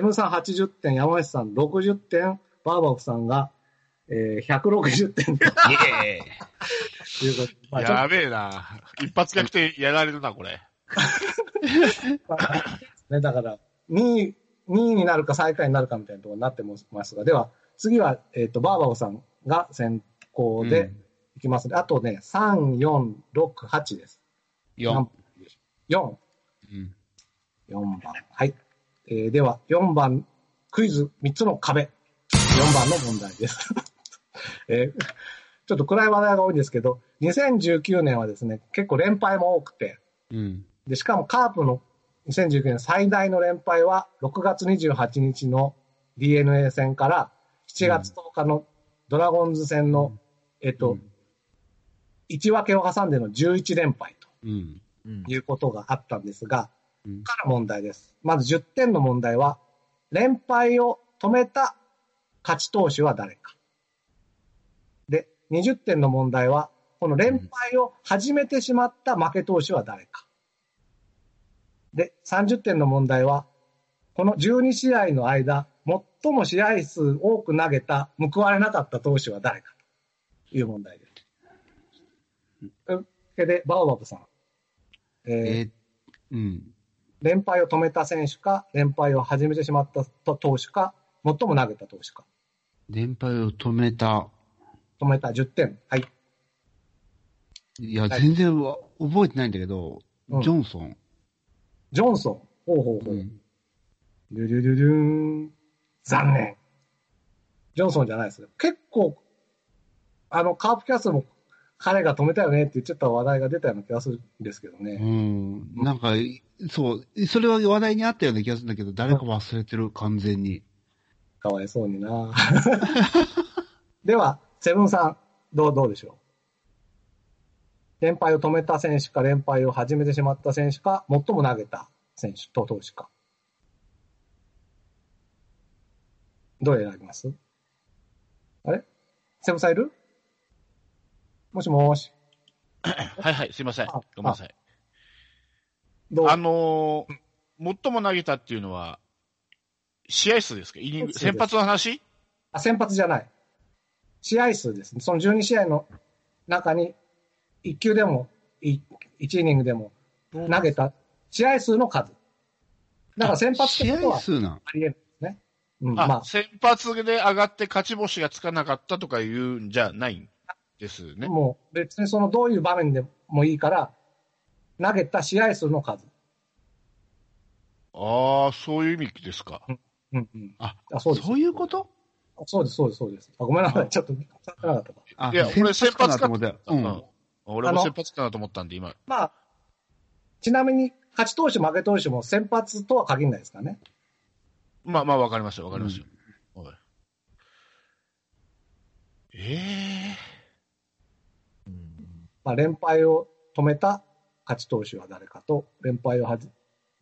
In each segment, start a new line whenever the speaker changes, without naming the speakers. M さん80点、山内さん60点、バーバフさんが、えー、160点と
イエ
いうことでまあちょっと
やべえな。一発逆転やられるな、これ。
まあね、だから、2位、2位になるか最下位になるかみたいなところになってますが、では、次は、えっ、と、バーバオさんが先行
う
で
ん
いきますので、あとね、3、4、6、8です。
ーイ。4。
4、
うん
4番。はい。えーでは、4番、クイズ3つの壁。4番の問題です。 えーちょっと暗い話題が多いんですけど、2019年はですね、結構連敗も多くて、
うん。
で、しかもカープの2019年最大の連敗は6月28日の DNA 戦から7月10日のドラゴンズ戦の、えっと、1分けを挟んでの11連敗と
うん。
うん
いうことがあったんですが、
うん
から問題です。まず10点の問題は、連敗を止めた勝ち投手は誰か。で、20点の問題は、この連敗を始めてしまった負け投手は誰か。で、30点の問題は、この12試合の間、最も試合数多く投げた、報われなかった投手は誰かという問題です。というわけで、バオバブさん。えー
えーうん。
連敗を止めた選手か、連敗を始めてしまった投手か、最も投げた投手か。
連敗を止めた。
止めた10点。はい。
いや、
はい
全然わ覚えてないんだけど、
うん
ジョンソン。
ジョンソン。ほうほうほ
う
う。
ん
ドゥドゥドゥドゥーン。残念。ジョンソンじゃないです。結構、あの、カープキャストも彼が止めたよねって言っちゃった話題が出たような気がするんですけど
う
ね。
ん。なんか、そう、それは話題にあったような気がするんだけど、誰か忘れてる、完全に。
かわいそうにな では、セブンさん、どう、どうでしょう連敗を止めた選手か、連敗を始めてしまった選手か、最も投げた選手と投手か。どれ選びますあれセブンさんいるもしもーし。
はいはい、すいません。
あ
ごめんなさい。
どう
あのー、最も投げたっていうのは、試合数ですかイニング、
そうです
先発の話
あ、先発じゃない。試合数ですね。その12試合の中に、1球でも、1イニングでも投げた、試合数の数。だから先発って
試
こと
合
は
数なん。
ありえないですね。うん、ま
あ、
あ、
先発で上がって勝ち星がつかなかったとかいうんじゃないんですね。
もう別にそのどういう場面でもいいから、投げた試合数の数。
ああ、そういう意味ですか。
うんうん。
あ、
あそで
そうう
す
いうこと
そうです、そうです、そうです。あごめんなさい。ちょっと、伝わってなかったか。
あ
いや、俺先
か
発
な
か
と思ったよ。
う
うんん。
俺も先発かなと思ったんで、今。
まあ、ちなみに、勝ち投手、負け投手も先発とは限らないですからね。
まあまあ、わかりました、わかりました。はいえ
まあ、連敗を止めた勝ち投手は誰かと、連敗をはじ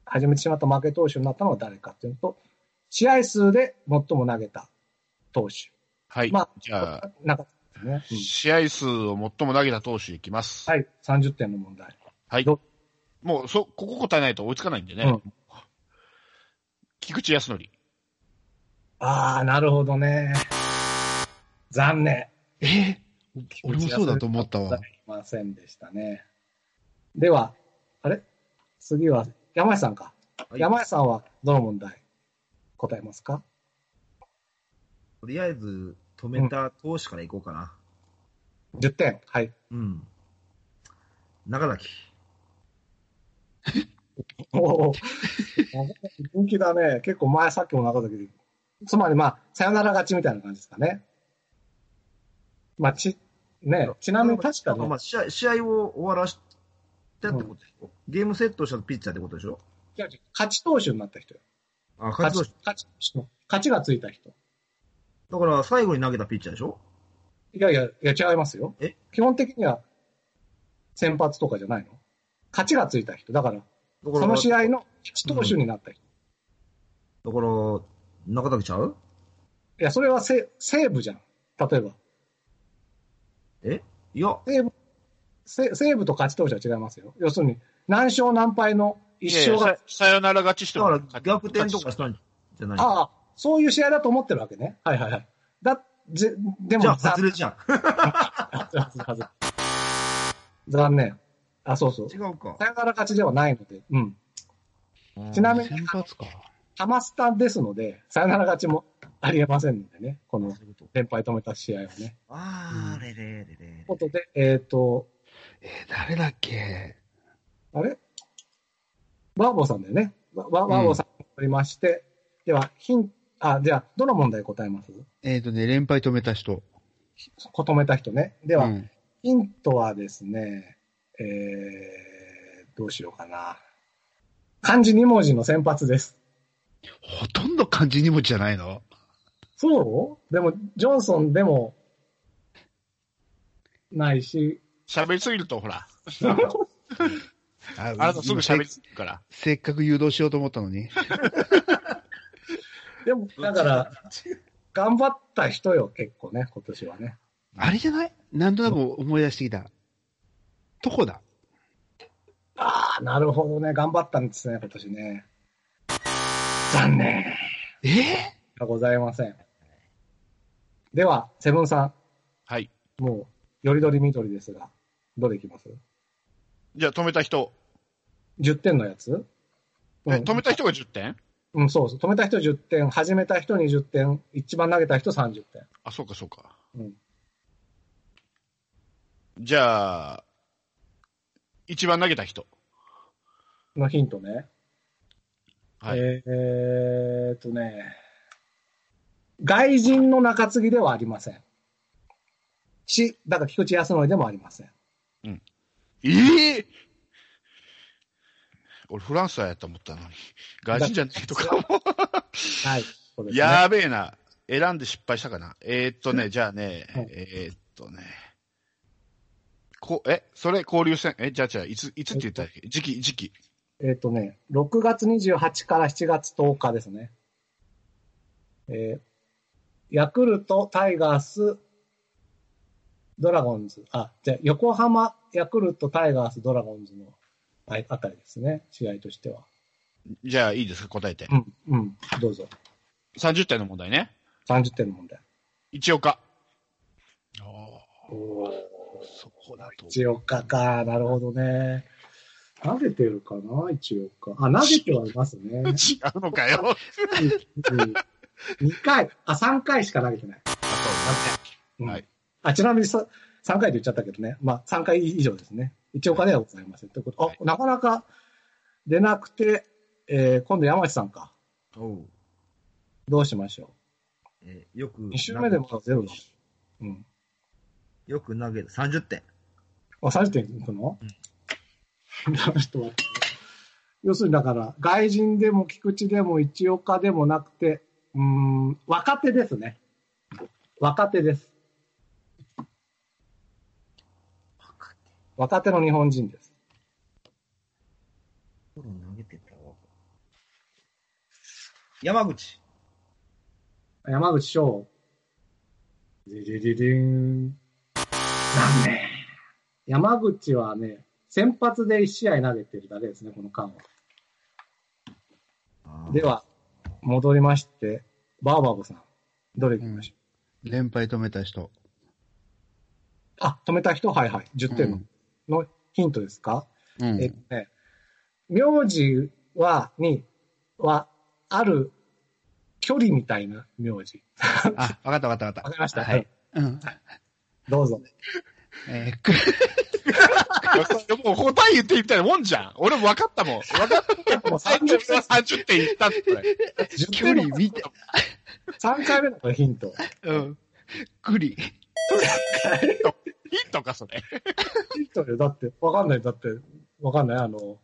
始めてしまった負け投手になったのは誰かというのと、試合数で最も投げた投手。
えはい。
まあ
じゃあ、
なかったですね。
試合数を最も投げた投手いきます。
うんはい、30点の問題。
はい
ど。
もう、そ、ここ答えないと追いつかないんでね。
うん
菊池康則。
ああ、なるほどね。残念。
え俺もそうだと思ったわ
い。ませんでしたね。では、あれ次は山内さんか。
はい
山内さんはどの問題答えますか
とりあえず、止めた投手からいこうかな。
?10 点。はい。
うん。中崎。
おお、 人気だね。結構前、さっきも中崎で。つまりまあ、さよなら勝ちみたいな感じですかね。まあ、ち、ね、ちなみに確か
まあ
ね、
まあ試合試合を終わらしたってことでしょ、ゲームセットしたピッチャーってことでしょ
勝ち投手になった人よ。
あ、勝ち
勝
投手
ち、勝ち投手の、勝ちがついた人。
だから最後に投げたピッチャーでしょ
いやいや、いや違いますよ
え。
基本的には、先発とかじゃないの勝ちがついた人。だから、
だから、
その試合の勝ち投手になった人。
だから、中崎ちゃう
いや、それはせ西武じゃん。例えば。
いや、
西武、せ西武と勝ち投手は違いますよ。要するに、何勝何敗の一勝
いやい
が
やささよなら勝ちして
だ
も
から
勝ち
逆転とかしたんじゃない。
ああ、そういう試合だと思ってるわけね。はいはいはい。だ、ぜでも、
じゃあ、外れじゃん。
残残残念。あ、そうそう。
違うか。
さよなら勝ちではないので、うん。ちなみに
先発か。
ハマスタですので、さよなら勝ちもありえませんのでね、この
そういうこと
連敗止めた試合はね。
あ
うん
ー、れれれれ
ということで、えっ、と、
えー誰だっけ
あれバーボーさんだよね。バババーボーさんにおりまして、では、ヒン、あ、じゃあ、どの問題答えます
えっ、とね、連敗止めた人。
こ止めた人ね。では、
うん
ヒントはですね、えー、どうしようかな。漢字2文字の先発です。
ほとんど漢字2文字じゃないの
そうでも、ジョンソンでも、ない し、
喋りすぎると、ほら、
あ
あなたすぐ喋り
せ
すぎるから。
せっかく誘導しようと思ったのに。
でも、だから、頑張った人よ、結構ね、今年はね。
あれじゃないなんとなく思い出してきた。徒歩だ。
ああ、なるほどね。頑張ったんですね、今年ね。残念
ええ
がございません。では、セブンさ
はい。
ん、もう、よりどりみどりですが、どれいきます
じゃあ、止めた人。
10点のやつ、
え止めた人が10点
うん、そうそう。止めた人10点、始めた人20点、一番投げた人30点。
あ、そうか、そうか。
うん
じゃあ、一番投げた人。
のヒントね。
はい
えーえーっとね、外人の中継ぎではありません。し、だから菊池康則でもありません。
ええ俺、フランスはやと思ったのに。外人じゃないとかも。
はい。そうですね
やーべえな。選んで失敗したかな。えー、っとね、じゃあね、
はい
えー、っとね。こえ、それ交流戦、え、じゃあじゃあ、いつ、いつって言ったらいい時期、時期。
えっ、とね、6月28から7月10日ですね。えーヤクルト、タイガース、ドラゴンズ、あ、じゃあ横浜、ヤクルト、タイガース、ドラゴンズのあいあたりですね、試合としては。
じゃあ、いいですか、答えて
う。ん、うん、どうぞ。
30点の問題ね。
30点の問題。
一岡。
お
そこだと。
一岡か、なるほどね。投げてるかな、一岡。あ、投げてはいますね。
違うのか よ。
2回、あ、3回しか投げてない。うん
はい
あ、ちなみにさ、3回で言っちゃったけどね。まあ、3回以上ですね。一応金はございません。ということ。あ、
はい
なかなか出なくて、えー、今度山内さんか。
おう。
どうしましょ
えーよく。
う。2周目でもゼロだ。うん。
よく投げる。30点。
あ、30点いくの、 あの人は。要するにだから、外人でも菊池でも一岡でもなくて、うーん、若手ですね。若手です。若手の日本人です。
投げてたわ。山口。
山口翔。リリリリン。残念。山口はね、先発で1試合投げてるだけですね、この間は。では、戻りまして、バーバーボさん。どれいきましょ
連敗止めた人。
う、あ、止めた人はいはい。10点の,、のヒントですか、
うん。うん
えっとね、名字は、に、は、ある距離みたいな名字。
あ、わかったわかったわかった。
わかりました
はい。うん。
どう ぞ。
えーく
もう答え言ってみたいなもんじゃん。俺も分かったもん。分かったもん。最初は30点 いったって。
10
距
点
離
の
見て、
3回目のこれヒント。
うん。くり。
ヒントか、それ。
ヒントよ。だって、わかんない。だって、わかんない。あの、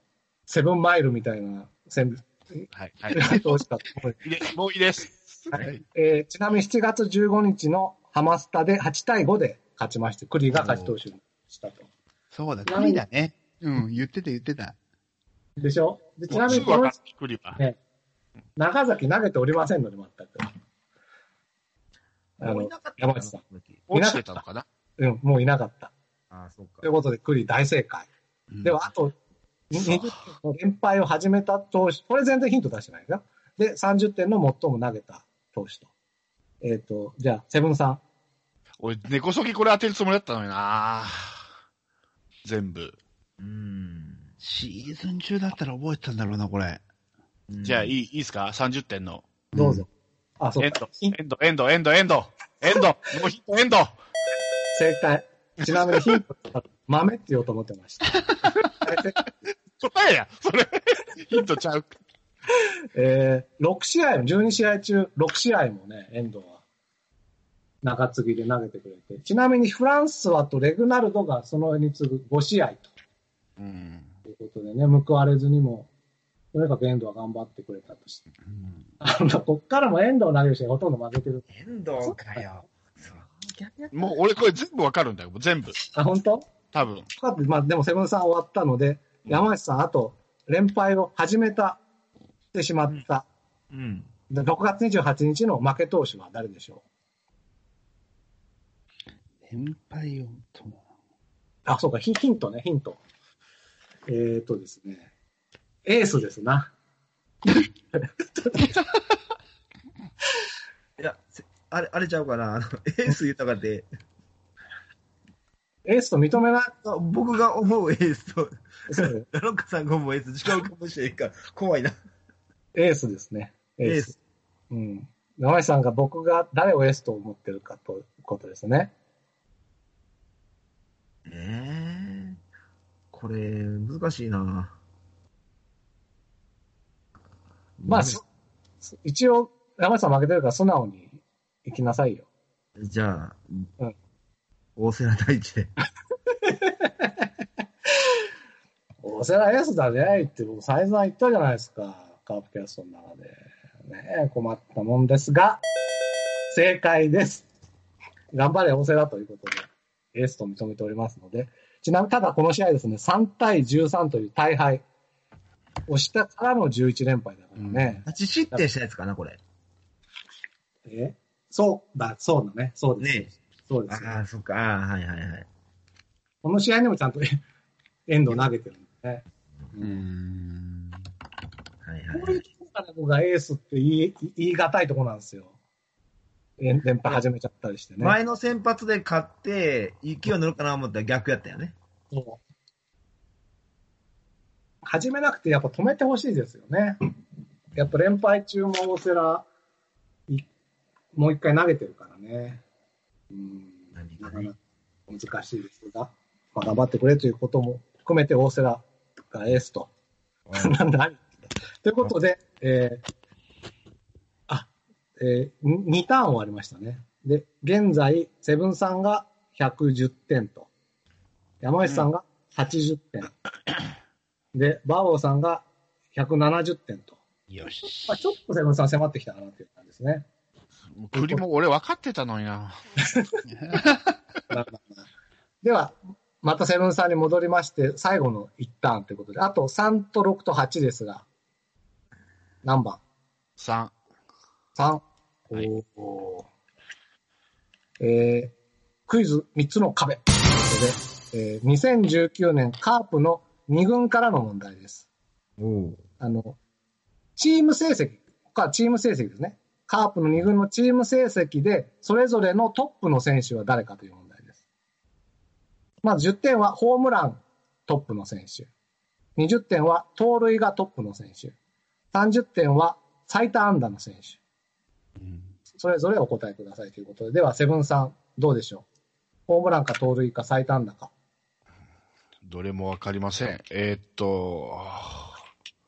セブンマイルみたいな、セブン、
はい。
ヒント欲しかった。
いいですもういいです。
はいえーちなみに7月15日のハマスタで8対5で勝ちまして、クリが勝ち投手にしたと。
そうだ、くりだね。うん、言ってた言ってた。
でしょでち
も
な
う
み
す
にこ
ぐ分か
の
る、クリは。
長崎投げておりませんので、全く。あ
もうい
の
なかったな
山内さん。
この時
落ちてたのかな。
うん、もういなかった。
ああ、そうか
という。ことで、クリ大正解。
うん
では、あと、20点の連敗を始めた投手、これ全然ヒント出してないよ。で、30点の最も投げた投手と。えっ、と、じゃあ、セブンさん。
俺、根こそぎこれ当てるつもりだったのにな全部。
うん。
シーズン中だったら覚えてたんだろうな、これ。
じゃあ、いい、いいですか ?30 点の。
どうぞ。あ、そう
エン
か
ド、。エンド、エンド、エンド、エンド。エンド、ノーヒット、エンド。
正解。ちなみにヒント、豆って言おうと思ってました。
答えや、それ。ヒントちゃう。
えー、6試合も、12試合中、6試合もね、遠藤は中継ぎで投げてくれて、ちなみにフランスはとレグナルドがその上に次ぐ5試合
うん。
ということでね、報われずにも、とにかく遠藤は頑張ってくれたとして。あの、こっからも遠藤投げる試合ほとんど負けてる。
遠藤かよ。そう逆やった
もう俺これ全部わかるんだよ。全部。
あ、本当
多分。
かってまあでもセブンさん終わったので、
うん
山内さん、あと、連敗を始めた、してしまった。
うん。
で6月28日の負け投手は誰でしょ
先輩をとも。
うあ、そうか、ヒヒントね、ヒント。えー、とですね、エースですな。
いや、せあれ、あれちゃうかな。あ の、エース豊かで、
エースと認めな
あ僕が思うエースと、
そう
ダロッカさんが思うエース、違うかもしれんから、 怖いな。
エースですね。エー
エー
ス。
ス。
うん。山内さんが僕が誰をエースと思ってるかということですね。
ええこれ、難しいな。
まあ、そそ一応、山内さん負けてるから素直に行きなさいよ。
じゃ
う
あ
ん、
大瀬良大地 で。
お世話エースだねって僕再三言ったじゃないですか。カープキャストの中で。ねえ、困ったもんですが、正解です。頑張れ、大瀬だということで、エースと認めておりますので、ちなみに、ただこの試合ですね、3対13という大敗。押したからの11連敗だからね。
8失点したやつかな、これ。
えそうだ、そうだね。そうです。
ね
そうです。
ああ、そっか。ああはいはいはい。
この試合にもちゃんと 遠藤投げてるんでね。
うん。
はい
こう。
はいいう
ところがね、僕がエースって言い言い難いところなんですよ。え連敗始めちゃったりしてね。
前の先発で勝って、勢い乗るかな思ったら逆やったよね。
そう始めなくてやっぱ止めてほしいですよね。やっぱ連敗中も大瀬良、いもう一回投げてるからね。うん。
何
な
が
か
ね
なか難しいですが、まあ、頑張ってくれということも含めて大瀬良がエースと。 なんだということで、えーあ、えー、2ターン終わりましたね。で、現在、セブンさんが110点と、山内さんが80点、で、バーボーさんが170点と、
よし
まあ、。ちょっとセブンさん迫ってきたかなという感じですね。
もう栗も俺分かってたのにな。
まあまあまあでは、またセブンさんに戻りまして、最後の1ターンということで、あと3と6と8ですが、何番
3。
三。
はい
おーえークイズ3つの壁。ということで、えー2019年カープの2軍からの問題です。
おう
あの、チーム成績、ここはチーム成績ですね。カープの2軍のチーム成績で、それぞれのトップの選手は誰かという問題です。まず10点はホームラントップの選手。20点は盗塁がトップの選手。30点は最多安打の選手。
うん
それぞれお答えくださいということで。では、セブンさん、どうでしょうホームランか盗塁か最短打か。
どれも分かりません。えーっと、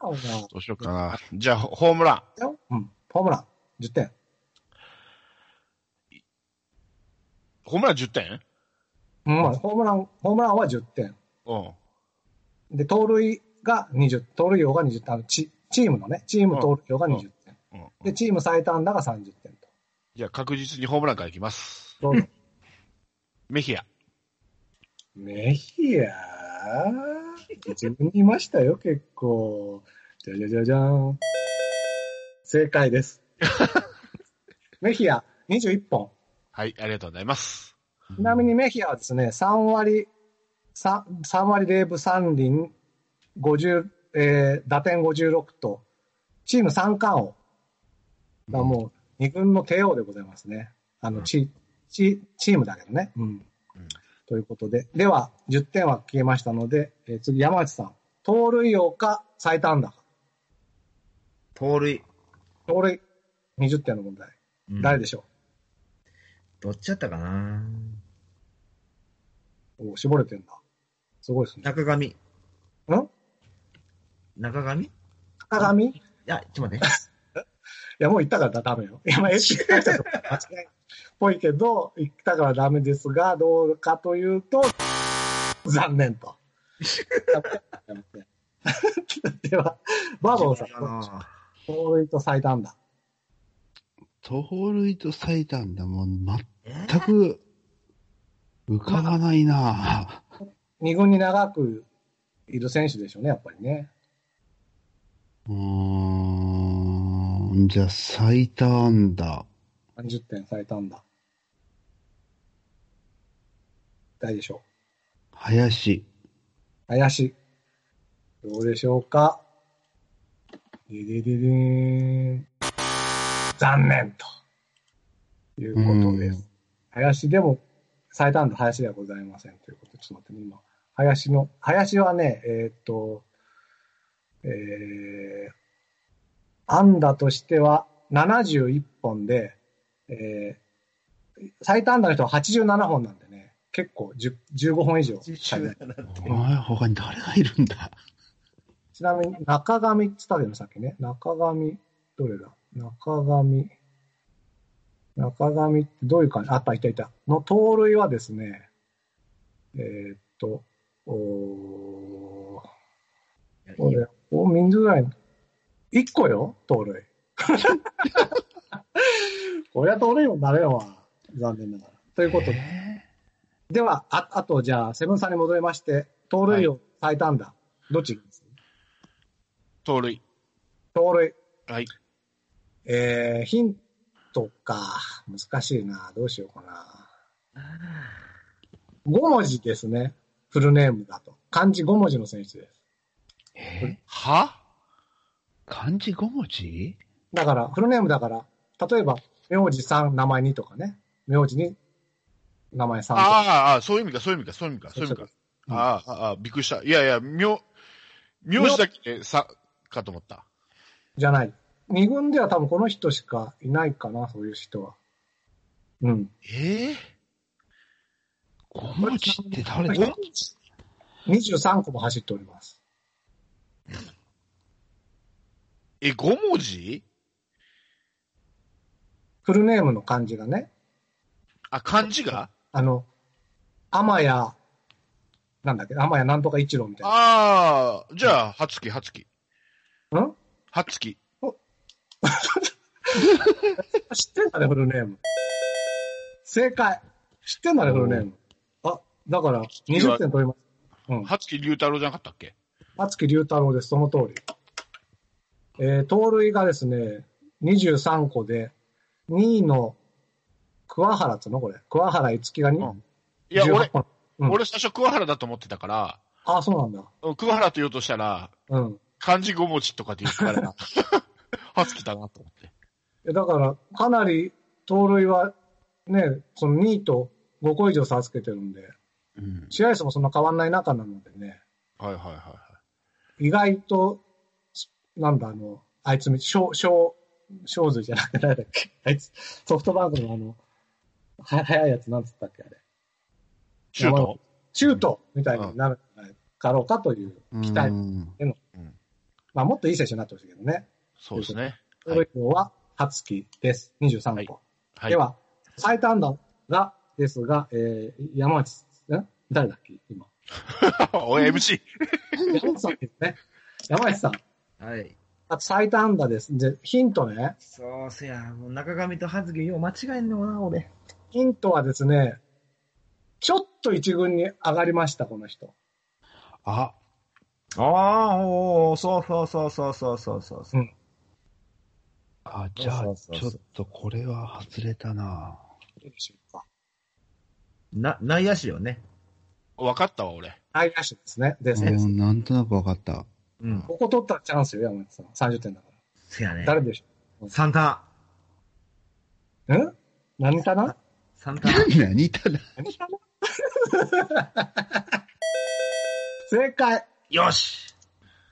うん、
どうしようかな。じゃあ、ホームラ
ホームラン、10点。
ン。ホームラン10点
うん、まあホームラン、ホームランは10点。
うん。
で、盗塁が20、盗塁王が20点。あのチチームのね、チーム盗塁王が20点。
うん
で、チーム最短打が30点と。
じゃあ、確実にホームランからいきます。
どうぞ。
メヒア。
メヒア自分にいましたよ、結構。じゃじゃじゃじゃーん。正解 です。メヒア、21本。
はい、ありがとうございます。
ちなみにメヒアはですね、3割、3, 3割0分3厘、50、えー打点56と、チーム三冠王だからもう、二軍の帝王でございますね。あの、チ、チ、チームだけどね。うん。ということで。では、10点は消えましたので、えー次、山内さん。盗塁王か最短打か。
盗塁。
盗塁、20点の問題。
うん
誰でしょ
どっちだったかな
う、おー絞れてんだ。すごいですね。
中上。ん
ん
中上い
中上い
や、ちょっと待って。
や、もう言ったからダメよ。いや、まあ、エッチなっちゃった間違いっぽいけど、言ったからダメですが、どうかというと、残念と。 では、バーボンさん、
あ
盗塁と最短打。
盗塁と最短だもん、
えー
全く浮かばないなぁ。
二軍に長くいる選手でしょうね、やっぱりね。
うーん、じゃあ最短だ。
30点されたんだ。大でしょ
林。
う。林。どうでしょうかででででーん。残念ということで
う
す。林でも、最短度林ではございませんということで、ちょっと待ってね、今。林の、林はね、えーっと、えー、安打としては71本で、えー、最短打の人は87本なんでね、結構10 15本以上。
お前他に誰がいるんだ
ちなみに、中上って言ったけどさっきね。中上、どれだ中上。中上ってどういう感じあった、いたいた。の盗塁はですね、えーっと、おーこれ、お、水ぐらいの。1個よ、盗塁。こりゃ盗塁もなれよわ。残念ながら。ということで。では、あ、あと、じゃあ、セブンさんに戻りまして、盗塁を最短打。どっち行きます
盗塁。
盗塁。
はい。
えー、ヒントか。難しいな。どうしようかな。5文字ですね。フルネームだと。漢字5文字の選手です。
え
は
漢字5文字
だから、フルネームだから、例えば、名字3、名前2とかね。名字に、名前3と
あ
か。
あ、ああ、そういう意味か、そういう意味か、そういう意味か、そういう意味か。
うん
ああ、ああ、びっくりした。いやいや、名、名字だけさ、かと思った。
じゃない。2軍では多分この人しかいないかな、そういう人は。うん。
ええ
?5 文字って誰だ
23個も走っております。
え、5文字
フルネームの漢字がね。
あ、漢字が
あの、天谷、なんだっけ、天谷なんとか一郎みたい
ああ、じゃあ、はつき、はつき。
な。ん
はつき。
知ってんだね、フルネーム。正解。知ってんだね、フルネーム。あ、だから、20点取ります。うん。
はつき龍太郎じゃなかったっけ
松木龍太郎です、その通り。えー盗塁がですね、23個で、2位の桑原っつうのこれ。桑原五木がに
う
18
んいや、俺、
本。うん
俺最初桑原だと思ってたから、
あ、そうなんだ。
桑原と言おうとしたら、
うん。
漢字5文字とかって言うから な、はつきだなと思って。
えだから、かなり盗塁は、ね、その2位と5個以上差つけてるんで、
うん。
試合数もそんな変わんない中なのでね、
はいはいはいはい。
意外と、なんだ、あの、あいつめ、小、小、小髄じゃなくて、なんだっけ、 あいつ、ソフトバンクのあの、は、早いやつなんつったっけ、あれ。
シュー
山
ト
田シュートみたいになるんじゃないかろうかという期待。
うん
まあ、もっといい選手になってほしいけどね。
そうですね。
それ以降は、初期です。23個。
はいはい。
では、最短弾が、ですが、えー、山内、ん誰だっけ今。
おい、MC。
山内さんですね。山内さん。
はい。
あと最短弾です。で、ヒントね。
そうせや、もう中上と葉月よう間違えんのもな、俺。
ヒントはですね、ちょっと一軍に上がりました、この人。
あ、
ああ、おお、そうそうそうそうそうそうそう
うん
あ、じゃあ、
そうそう
ち
そ
ょ
う
っとこれは外れたな
どうでしょうか。
な、内野手よね。
わかったわ、俺。
内野手ですね。です
ぁ。
です。
うんなんとなくわかった。
うん。
ここ取ったらチャンスよ、山内さん。30点だか
せやね
ら。。誰でしょう
サンタ。
ん何かな
三冠。
何ただ。
何かな 正解。
よし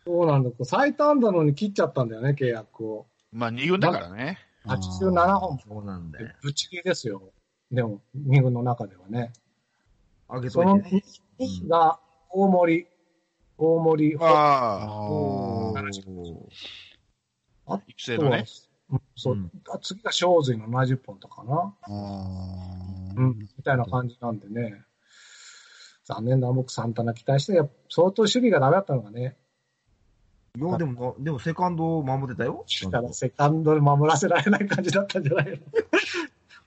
そうなんだ。こう最短なのに切っちゃったんだよね、契約を。
まあ、二軍だからね。
87本。
そうなんだよ。
ぶっちぎりですよ。でも、2軍の中ではね。
あげと
そ
い
の
てね。
2が大森、大森、
ああ。
あ
お
あ。
ー
育成のね。
うんそう、
うん
あ次が正髄の70本とかな、
あ
うん、みたいな感じなんでね。残念だ、僕、サンタナ期待して、やっぱ相当守備がダメだったのがね、
いや、でも、でも、セカンドを守ってたよ。
だからセカンドで守らせられない感じだったんじゃないの わ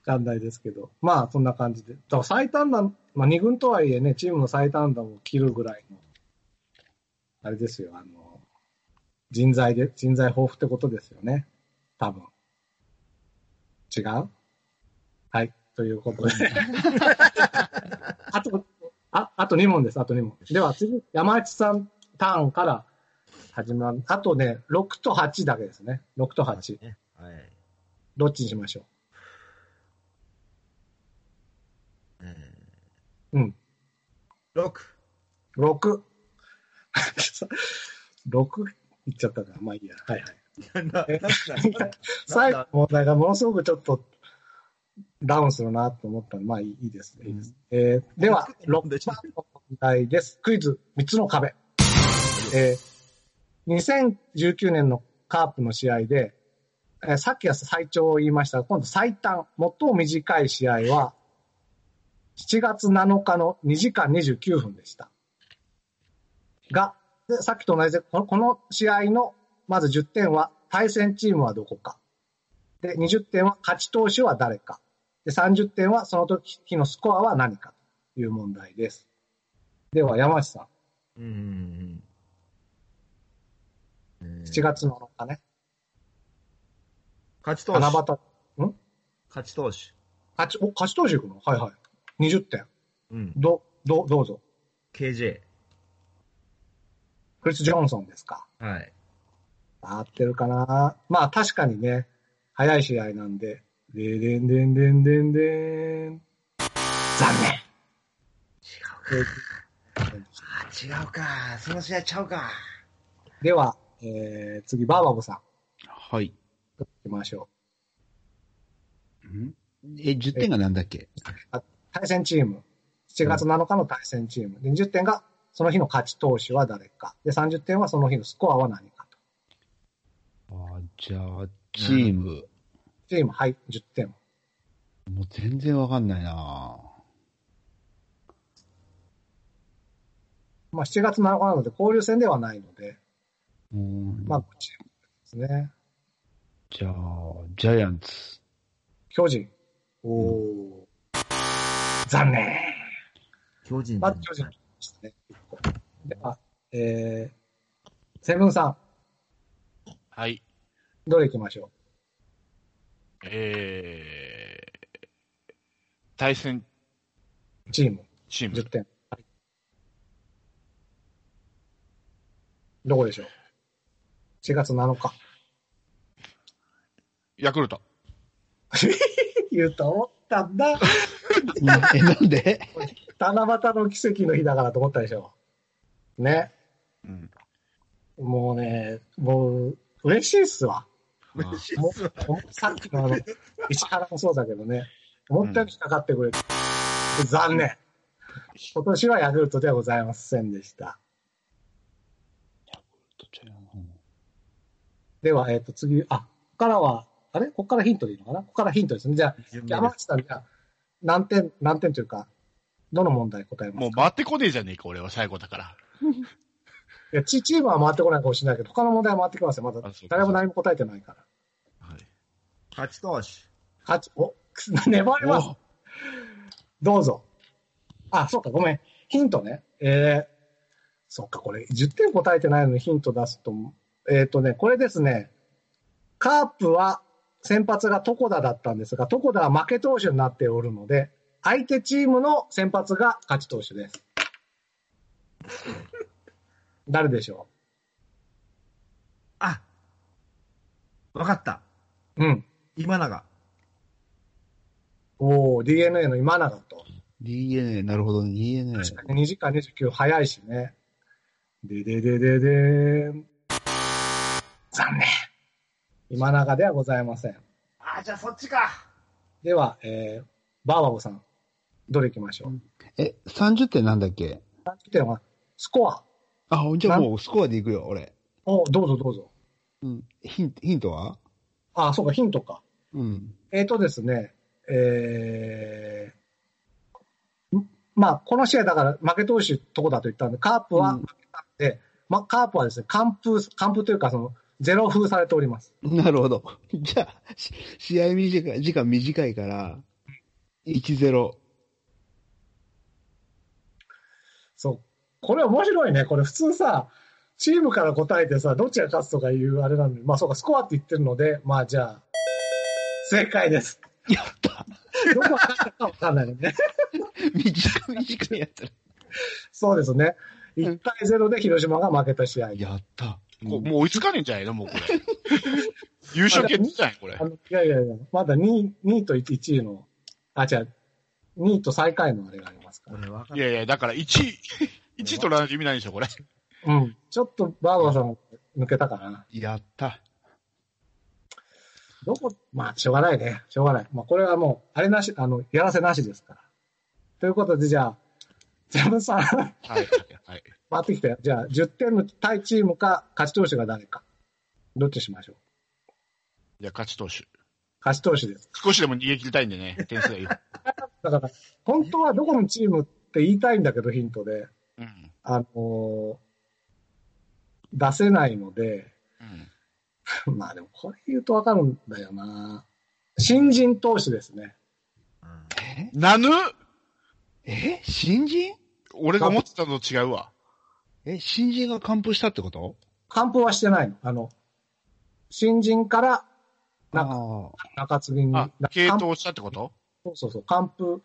かんないですけど、まあ、そんな感じで。だから最短弾、まあ、2軍とはいえね、チームの最短弾を切るぐらいの、あれですよ、あの、人材で、人材豊富ってことですよね。多分。違うはい。ということで。あと、あ、あと2問です、あと2問。では次、山内さんターンから始まる。あとね、6と8だけですね。6と8。
ねはい。
どっちにしましょ
え
ううん。
ー六。
6。6いっちゃったから、まあいいや。はいはい。
なんだ
え
なんだ
最後の問題がものすごくちょっとダウンするなと思ったんで、まあいいいいですね。いいですえーでは、6番の問題です。クイズ、3つの壁。えー、2019年のカープの試合で、えーさっきは最長を言いましたが、今度最短、最も短い試合は、7月7日の2時間29分でした。が、でさっきと同じで、このこの試合のまず10点は、対戦チームはどこか。で、20点は勝ち投手は誰か。で、30点はその時のスコアは何かという問題です。では、山内さ
うんうんうん。
ん、
7
7。月7日ね、
勝ち投手。
七夕、
勝
勝
ち投手。
ち、お、勝ち投手行くのはいはい。20点。
うん。
ど、ど、どうぞ。
KJ。
クリス・ジョンソンですか。
はい。
合ってるかなまあ確かにね、早い試合なんで、でんでんでんでんでんでん。残念。違う
あ、違うか。その試合ちゃうか。
では、えー、次、バーバボさん、
はい。
行きましょ
んえ、10点がなんだっけ
う。対戦チーム。7月7日の対戦チーム。で、20点が、その日の勝ち投手は誰か。で、30点はその日のスコアは何かと。
ああ、じゃあ、チーム。
チーム、はい、10点。
もう全然わかんないな
まあ、7月7日なので、交流戦ではないので、
うーん。
まあ、チームですね。
じゃあ、ジャイアンツ。
巨人。おお、残念。
巨人
まず巨人でしたね。一個では、えー、セブンさん、
はい。
どれ行きましょ
えー、対戦
うチーム、
チーム
10。点。はいどこでしょう ?4 月7日。
ヤクルト。
言うと思ったんだ。
うんえ、なんで
七夕の奇跡の日だからと思ったでしょ。ね。
うん。
もうね、もう、嬉しいっすわ。
嬉しいっ
も
すわ
もさっきのあの、石原もそうだけどね、思ったより引っかかってくれて、残念。今年はヤクルトではございませんでした。では、えっ、と、次、あ、ここからは、あれここからヒントでいいのかなここからヒントですね。じゃあ、
順目
山
で
内
す
さん、じゃあ、何点、何点というか、どの問題答えますか
もう回ってこねえじゃねえか、俺は最後だから。
いやチチームは回ってこないかもしれないけど、他の問題は回ってきますよ。まだ
あそうか
誰も何も答えてないから。
はい。
勝ち投手。
勝ち、お、 粘ります。どうぞ。あ、そうか、ごめん。ヒントね。えー、そっか、これ、10点答えてないのにヒント出すと、えっ、とね、これですね、カープは先発が床田だったんですが、床田は負け投手になっておるので、相手チームの先発が勝ち投手です。誰でしょ
あわかった。
ううん。
今永。
おお DNA の今永と。
DNA、なるほどね、DNA。
確かに2時間29早いしね。でででででーん。残念。今永ではございません。
あ、じゃあそっちか。
では、えー、バーバボさん、どれ行きましょう。
え、30点なんだっけ
30点は、スコア。
あ、じゃあもうスコアでいくよ、俺。
おどうぞどうぞ。
うん。ヒント、ヒントは
あ、そうか、ヒントか。
うん。
えーとですね、えー、んまあ、この試合だから負け投手とこだと言ったんで、カープは
うん
負けたんで、まあ、カープはですね、完封、完封というか、その、ゼロ封されております。
なるほど。じゃあ、し試合短い時間短いから、1-0。
そう。これ面白いね。これ普通さ、チームから答えてさ、どっちが勝つとかいうあれなんで、まあそうか、スコアって言ってるので、まあじゃあ、正解 です。
やった
どこが勝ったかわかんないのね。
短い、短いやったら。
そうですね。1対0で広島が負けた試合。
やった。
こもう追いつかねえんじゃないのもう これ。優勝決定じゃないこれ
あ。のいやいやいや、まだ2位、二位と1位の、あ、違う、2位と最下位のあれがありますから。
俺分か
い
る。
やいや、だから1位、1位取 らないと意味ないでしょ、これ。
うん。ちょっとバーバーさん抜けたかな。
やった。
どこ、まあ、しょうがないね。しょうがない。まあ、これはもう、あれなし、あの、やらせなしですから。ということで、じゃあ、ジャムさん、 回
はい。はい。
ってきたよ。じゃあ、10点の対チームか、勝ち投手が誰か。どっちしましょう。
じゃあ、勝ち投手。
勝ち投手です。
少しでも逃げ切りたいんでね、点数がいい。
だから、本当はどこのチームって言いたいんだけど、ヒントで。
うん。
あのー出せないので、
うん。
まあでもこれ言うとわかるんだよな。新人投手ですね。
え
なぬ
え新人
俺が思ってたのと違うわ。
え新人が完封したってこと
完封はしてないの。あの、新人からなんか
ああ。
中継ぎに。
あ
だ、
系
完
統したってこと
そうそうそう、完封。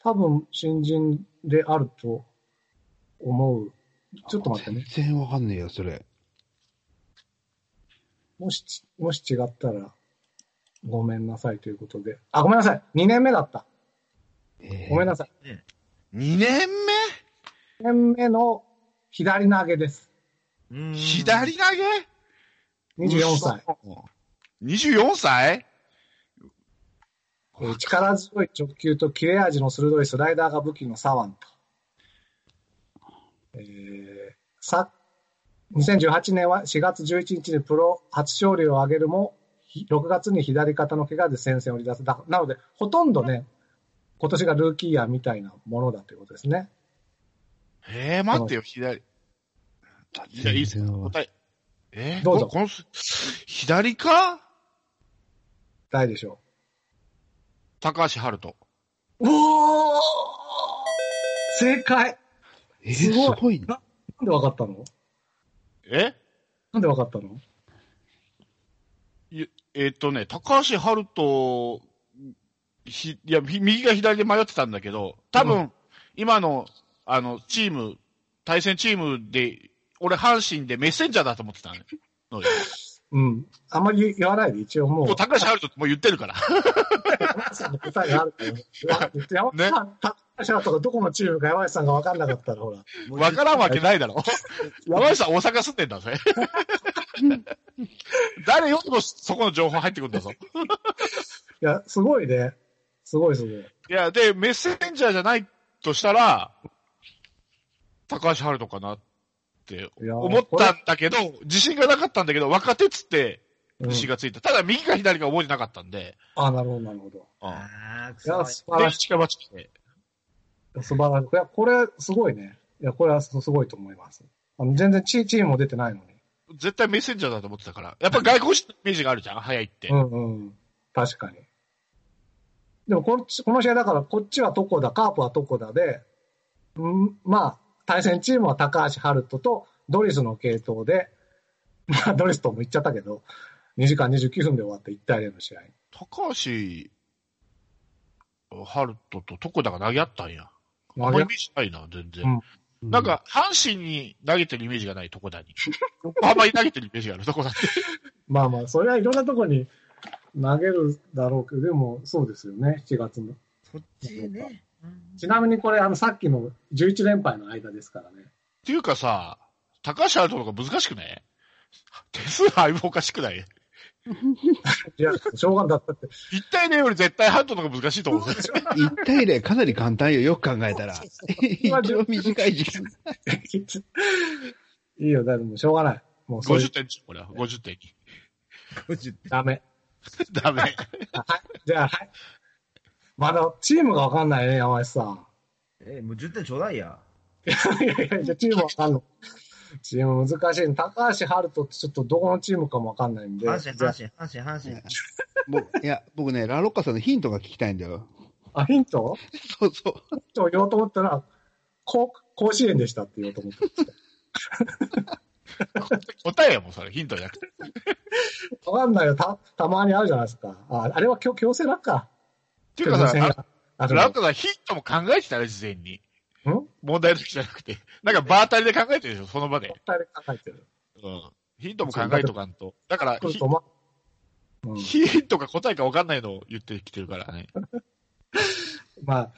多分新人であると思う。ちょっと待ってね。
全然わかんねえよ、それ。
もし、もし違ったら、ごめんなさいということで。あ、ごめんなさい。2年目だった。
え
ごめん
な
なさい。
?2 年
2年目の左投げです。
うん
目左投げ
24歳。。
24歳
えー力強い直球と切れ味の鋭いスライダーが武器のサワンと。えーさ2018年は4月11日にプロ初勝利を挙げるも、ひ6月に左肩の怪我で戦線を離脱。だなので、ほとんどね、今年がルーキーイヤーみたいなものだということですね。
えー、待ってよ、左。いや、いいっす
全然わか
答
ん
え。えー、
どうぞ
ここの、左か
誰でしょ
高橋春人。
う。おー正解
えー
す
す
ごい
ごいね。
なんでわかったの
え
なんでわかったの
えーっとね、高橋春人、ひ、いや、ひ右か左で迷ってたんだけど、多分、
う
今の、あの、チーム、対戦チームで、俺、阪神でメッセンジャーだと思ってた のよ。のよ
うん。あんまり言わないで、一応もう
もう。高橋春人ってもう言ってる から。
山内さんの答えがあるからね。山内さん、高橋とかどこのチームか山内さんが分かんなかったら、ほら。
わからんわけない だろ。山内さん大阪住んでんだぜ。 誰よりもそこの情報入ってくるんだぞ。
いや、すごいね。すごいすごい。
いや、で、メッセンジャーじゃないとしたら、高橋春人かなって
いやー
思ったんだけど、自信がなかったんだけど、若手っつって
うん
自信がついた。ただ、右か左か覚えてなかったんで、
あ、なるほど、なるほど。
うん。で
ああ、く
い
そ
や、。素晴らしい。
一か八かで。
素晴らしい。いや、これ、すごいね。いや、これはすごいと思います。あの全然チチームも出てないのに。
絶対メッセンジャーだと思ってたから。やっぱ外国人のイメージがあるじゃん早いって。
うんうん。確かに。でもこっち、この試合だから、こっちはトコだ、カープはトコだで、うん、まあ、対戦チームは高橋遥人とドリスの系統で、 まあ、ドリスとも言っちゃったけど、2時間29分で終わって1対0の試合。
高橋春人と床田が投げ合ったんや。あんま
あ
り
れ
イメージないな、全然。
うん
なん、か、阪神に投げてるイメージがな い、床田に。横浜に投げてるイメージがある、床田って。
まあまあ、それはいろんなとこに投げるだろうけど、でもそうですよね、7月も。
そっちね。うん
ちなみにこれ、あの、さっきの11連敗の間ですからね。
ていうかさ、高橋あるとか難しくない手数配分おかしくない
いや、しょうがなかったって。
一対0より絶対ハントの方が難しいと思う。
1対0かなり簡単よ。よく考えたら。 一
そう
応短い時間。
いいよ、だってもうしょうがない。もうそれ
50点、これは。50点に。
50点
ダメ。
ダメ。
じゃあ、はい。まだチームがわかんないね、山内さん。
えー、もう10点ちょうだいや。
いやいやいや、チームわかんない。チーム難しい。高橋春人ってちょっとどこのチームかもわかんないんで。
阪神、阪神、阪神、阪
僕いや、僕ね、ラロッカさんのヒントが聞きたいんだよ。
あ、ヒント
そうそう。
ヒントを言おうと思ったら、こ甲子園でしたって言おうと思って。
答えやもん、それ。ヒントじゃなくて。
わかんないよ。た、たまにあるじゃないですか。あ、あれは強強制落下。
ていうか
強制落
さ、
下あ
ラウカさんヒントも考えてたら、事前に。
ん
問題の時じゃなくて。なんか場当たりで考えてるでしょ、その場で。
絶対考えてる。
うん。ヒントも考えとかんと。だから、
来る
ヒ
と思ううん、
ヒントか答えか分かんないのを言ってきてるからね。
まあ、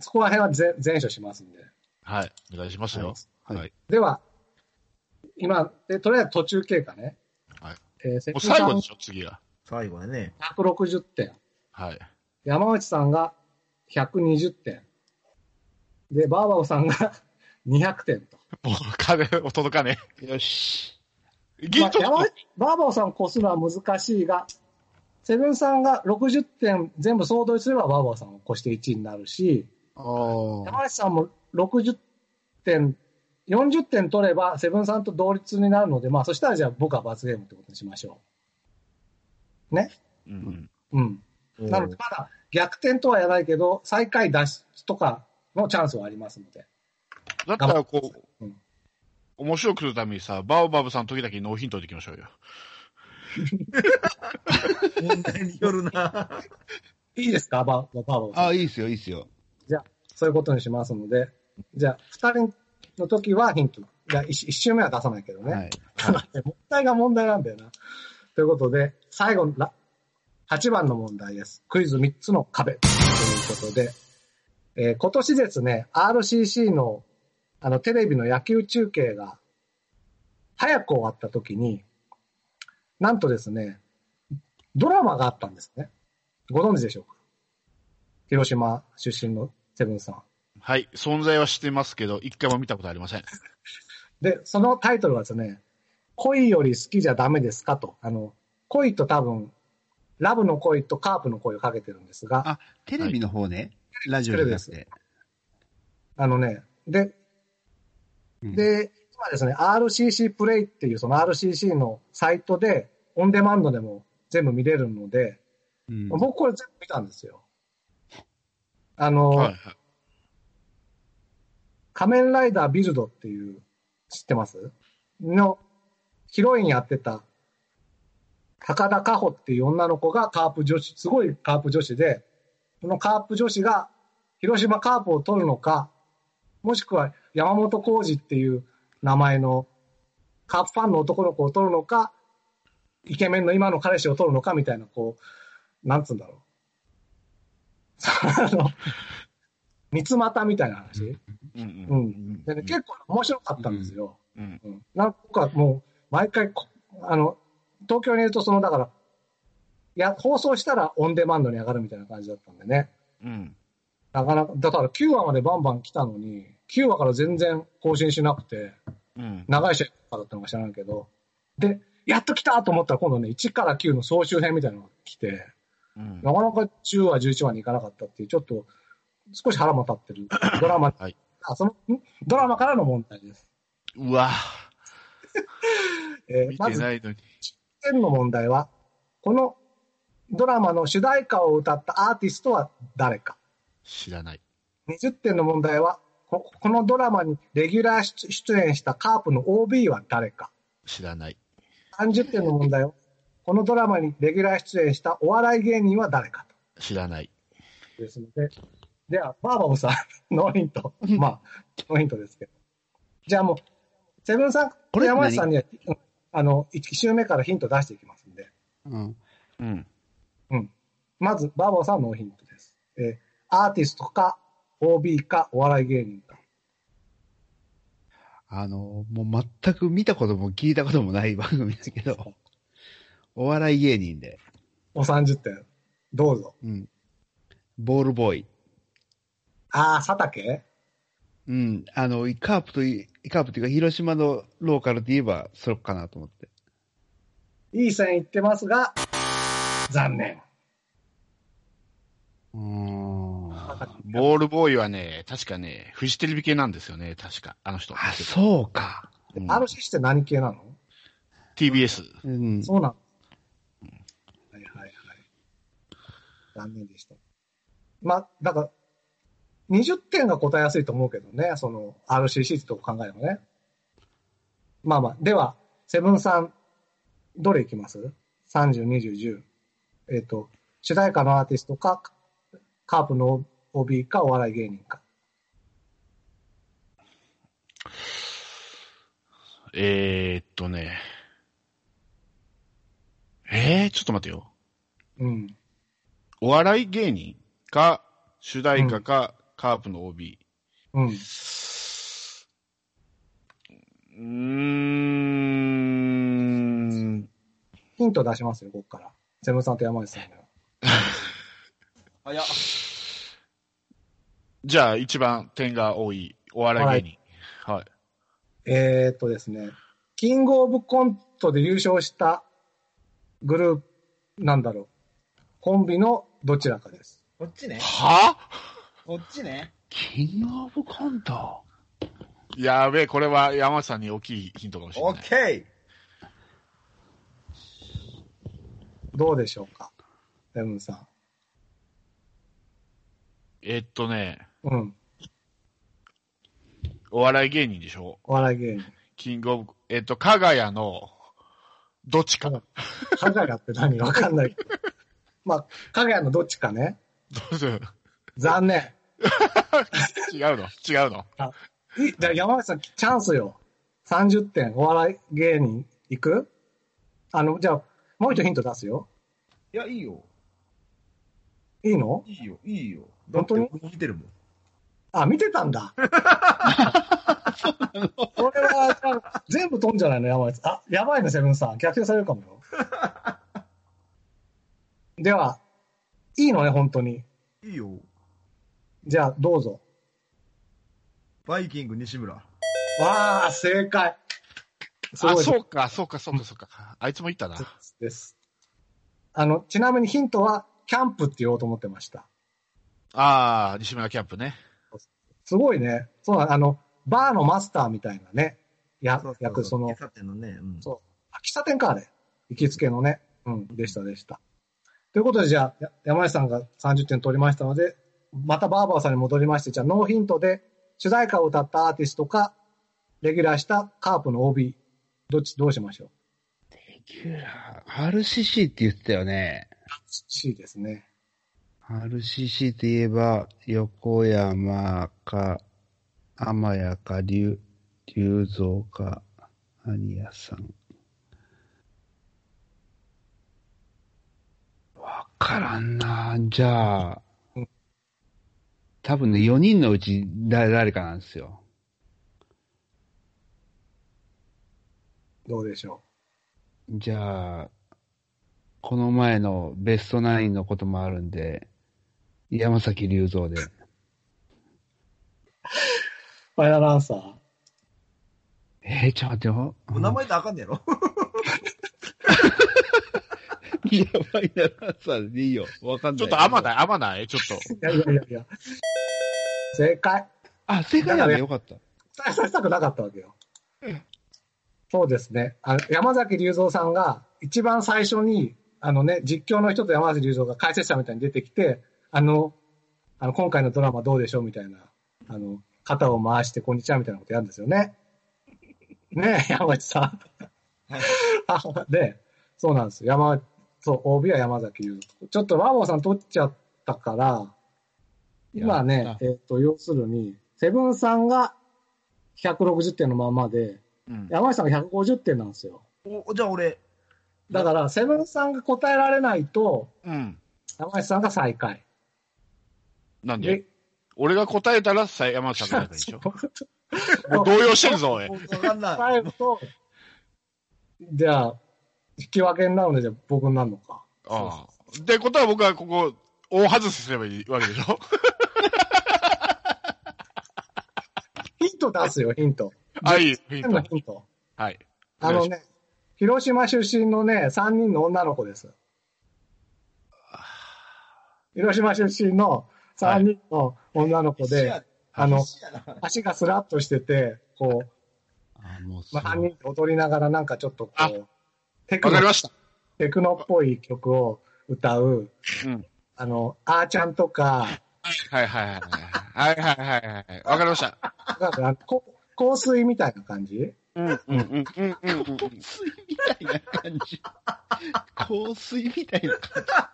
そこら辺は全全勝しますんで。
はい。お願いしますよ。
はい
はい
では、今、でとりあえず途中経過ね。
はい。
えー、関
もう
口さ
最
ん
後でしょ、次は。
最後だね。
160点。
はい。
山内さんが120点。で、バーバオさんが 200点と。
もう、金、届かね
よし。
え。銀と、
まあ山内バーバオさんを越すのは難しいが、セブンさんが60点全部総取りすればバーバオさんを越して1位になるし、
ああ。
山内さんも60点、40点取れば、セブンさんと同率になるので、まあ、そしたらじゃあ僕は罰ゲームってことにしましょ
うんうん
う。うん。なので、まだ逆転とはやらないけど、最下位脱出とかのチャンスはありますので。
だったら、こう、
うん
面白くするためにさ、バオバブさんの時だけノーヒントでいきましょうよ。
問題によるな。
いいですかババババ
ああ、いいっすよ、いいっすよ。
そういうことにしますので、じゃあ、二人の時はヒント。じゃあ一、一周目は出さないけどね。
はい。
問題が問題なんだよな。ということで、最後のら、8番の問題です。クイズ3つの壁。ということで、えー今年ですね、RCC の、あの、テレビの野球中継が、早く終わった時に、なんとですね、ドラマがあったんですね。ご存知でしょうか広島出身のセブンさん。
はい。存在は知ってますけど、一回も見たことありません。
で、そのタイトルはですね、恋より好きじゃダメですかと。あの、恋と多分、ラブの恋とカープの恋をかけてるんですが、あ
あテレビの方ね。ラジオじゃなくて。
のね、で、
うん、
で、今ですね、RCC プレイっていうその RCC のサイトで、オンデマンドでも全部見れるので、
うん
僕これ全部見たんですよ。あの、
はい。はい
仮面ライダービルドっていう、知ってますの、ヒロインやってた、高田香穂っていう女の子がカープ女子、すごいカープ女子で、そのカープ女子が広島カープを取るのか、もしくは山本浩二っていう名前のカープファンの男の子を取るのか、イケメンの今の彼氏を取るのかみたいな、こう、なんつうんだろう。 あの、三つ股みたいな話。
うん
う
うんん。
でね、結構面白かったんですよ。
うん。
うんなんかもう、毎回こ、あの、東京にいると、その、だから、いや、放送したらオンデマンドに上がるみたいな感じだったんでね。
うん。
なかなか、だから9話までバンバン来たのに、9話から全然更新しなくて、
うん。
長い試合だったのか知らないけど、で、やっと来たと思ったら今度ね、1から9の総集編みたいなのが来て、
うん
なかなか10話、11話に行かなかったっていう、ちょっと、少し腹も立ってるドラマ、
はい
あその、んドラマからの問題です。
うわ
えー
見
ま
て
ず
ないのに。
点の問題は、このドラマの主題歌を歌ったアーティストは誰か。
知らない。
20点の問題は、ここのドラマにレギュラー出出演したカープの OB は誰か。
知らない。
30点の問題は、このドラマにレギュラー出演したお笑い芸人は誰か
知らない。
と。ですので、では、バーバボさん、ノーヒント。まあ、ノーヒントですけど。じゃあもう、セブンさん、
これ
山内さんには、うんあの、1周目からヒント出していきますんで。
うん
うん。
まず、バーボーさんはノーヒントです。えーアーティストか、OB か、お笑い芸人か。
あの、もう全く見たことも聞いたこともない番組だけど、お笑い芸人で、
お30点。どうぞ。
うん。ボールボーイ。
ああ、佐竹
うん。あの、イカープとい、イカープというか、広島のローカルで言えば、それかなと思って。
いい線いってますが、残念。
うーん。あ、
ボールボーイはね、確かね、フジテレビ系なんですよね、確か。あの人。
そうか。
うん
RCC って何系なの
TBS。
うん。
そうなの。はいはいはい。残念でした。まあ、だから、20点が答えやすいと思うけどね、その RCC ってとこ考えればね。まあまあ、では、セブンさん、どれいきます ?30、20、10。えっ、と、主題歌のアーティストか、カープの OB か、お笑い芸人か。
えー、っとね。えー、ちょっと待ってよ。
うん。
お笑い芸人か、主題歌か、カープの OB。
うん。
うーん。
ヒント出しますよ、ここから。セブンさんと山内さんには。
早っ。
じゃあ、一番点が多い、お笑い芸人。はい。
えー、っとですね、キングオブコントで優勝したグループ、なんだろう、コンビのどちらかです。
こっちね。
は
こっちね。
キングオブコント。
やべえ、これは山内さんに大きいヒントかもしれ
オ
ない
ッ。ケ
どうでしょうかレムさ
えっとね、
ん。うん。
お笑い芸人でしょ
お笑い芸人。
キングオブ、えっと、加賀谷の、どっちか。
加 賀か
ど
がやって何わかんないけ ど。まあ、かがやのどっちかね。
うする
残念。
違うの違うの
いだから山内さん、チャンスよ。30点、お笑い芸人、いくあの、じゃあ、もう一度ヒント出すよ。
ー。いや、いいよ。
いいの
いいよ、いいよ。
本当に
だって俺見てるもん。
あ、見てたん だ。これは、あ全部飛んじゃないの、やばいです。あ、やばいね、セブンさん。逆転されるかもよ。 では、いいのね、本当に。
いいよ。
じゃあ、どうぞ。
バイキング西村。
わあ、正解。す
あ、
ごい
そうか、そうか、そうか、そうか。あいつも言ったな。
です。あの、ちなみにヒントは、キャンプって言おうと思ってました。
あー、西村キャンプね。
すごいね。そうなのあの、バーのマスターみたいなね。や
そう、そう
役、その
喫、茶店のね、うん。
そうあ喫茶店か、あれ。行きつけのね。うん、でした、でした。ということで、じゃあ、や山内さんが30点取りましたので、またバーバーさんに戻りまして、じゃあ、ノーヒントで、主題歌を歌ったアーティストか、レギュラーしたカープの OB、どっち、どうしましょう
キュラー RCC って言ってたよね。
?C ですね。
RCC って言えば、横山か、天谷か、竜、竜蔵か、何屋さん。わからんなじゃあ
うん、
多分ね、4人のうち誰誰かなんですよ。
どうでしょ
じゃあ、この前のベストナインのこともあるんで、山崎隆三で。
うファイナルアンサー。
えー、ちょっと待ってよ。
お名前であかんねやろ
いや、ファイナルアンサーでいいよ。わかんない。
ちょっと甘ない、甘ない、ちょっと。
いやいやいやいや。正解。
あ、正解なんだ。よかった。
期待させたくなかったわけよ。そうですね。あ山崎隆三さんが一番最初に、あのね、実況の人と山崎隆三が解説者みたいに出てきて、あの、あの今回のドラマどうでしょうみたいな、あの、肩を回してこんにちはみたいなことやるんですよ ね。ねえ、山内さん。あ で、そうなんです。山、そう、OB は山崎隆三。ちょっと和合さん取っちゃったから、今
やっ
ね、
た
えっ、と、要するに、セブンさんが160点のままで、
うん。
山内さんが150点なんですよ。
おじゃあ俺、
だから、セブンさんが答えられないと、
うん。
山内さんが最下位。
なんで
で、
俺が答えたら、さ山内さんが答えたでしょ。も う動
5
揺してるぞ、おい。
わかんない。
と、じゃあ、引き分けになるので、じゃあ僕になるのか。
ああ。で、ことは僕はここ、大外せすればいいわけでしょ
ヒント出すよ、ヒント。
あ、いい、ヒ
変
ン
な
ト。
ヒント。
はい。
あのね、広島出身のね、3人の女の子です。広島出身の3人の女の子
必死
で、
や
あの
必死やな
足がスラッとしてて、こう、
あ、もうす
ま
ごい
あ、3人で踊り ながらなんかちょっとこ
あ
う、テク
わ
ノ
かりました。
テクノっぽい曲を歌う、
うん
あの、あーちゃんとか、
はいはいはいはい。はいはいはいはい。わかりました。
なんかこ香水みたいな感じ
うんうんうんうんうんうん。
香水みたいな感 じ。香水みたいな感